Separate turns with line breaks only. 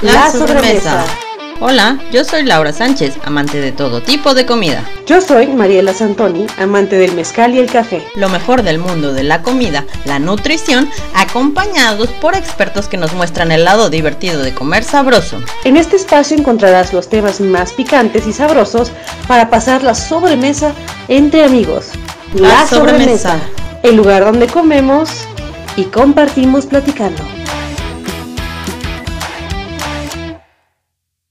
La sobremesa. Hola, yo soy Laura Sánchez, amante de todo tipo de comida.
Yo soy Mariela Santoni, amante del mezcal y el café.
Lo mejor del mundo de la comida, la nutrición, acompañados por expertos que nos muestran el lado divertido de comer sabroso.
En este espacio encontrarás los temas más picantes y sabrosos para pasar la sobremesa entre amigos.
La sobremesa.
el lugar donde comemos y compartimos platicando.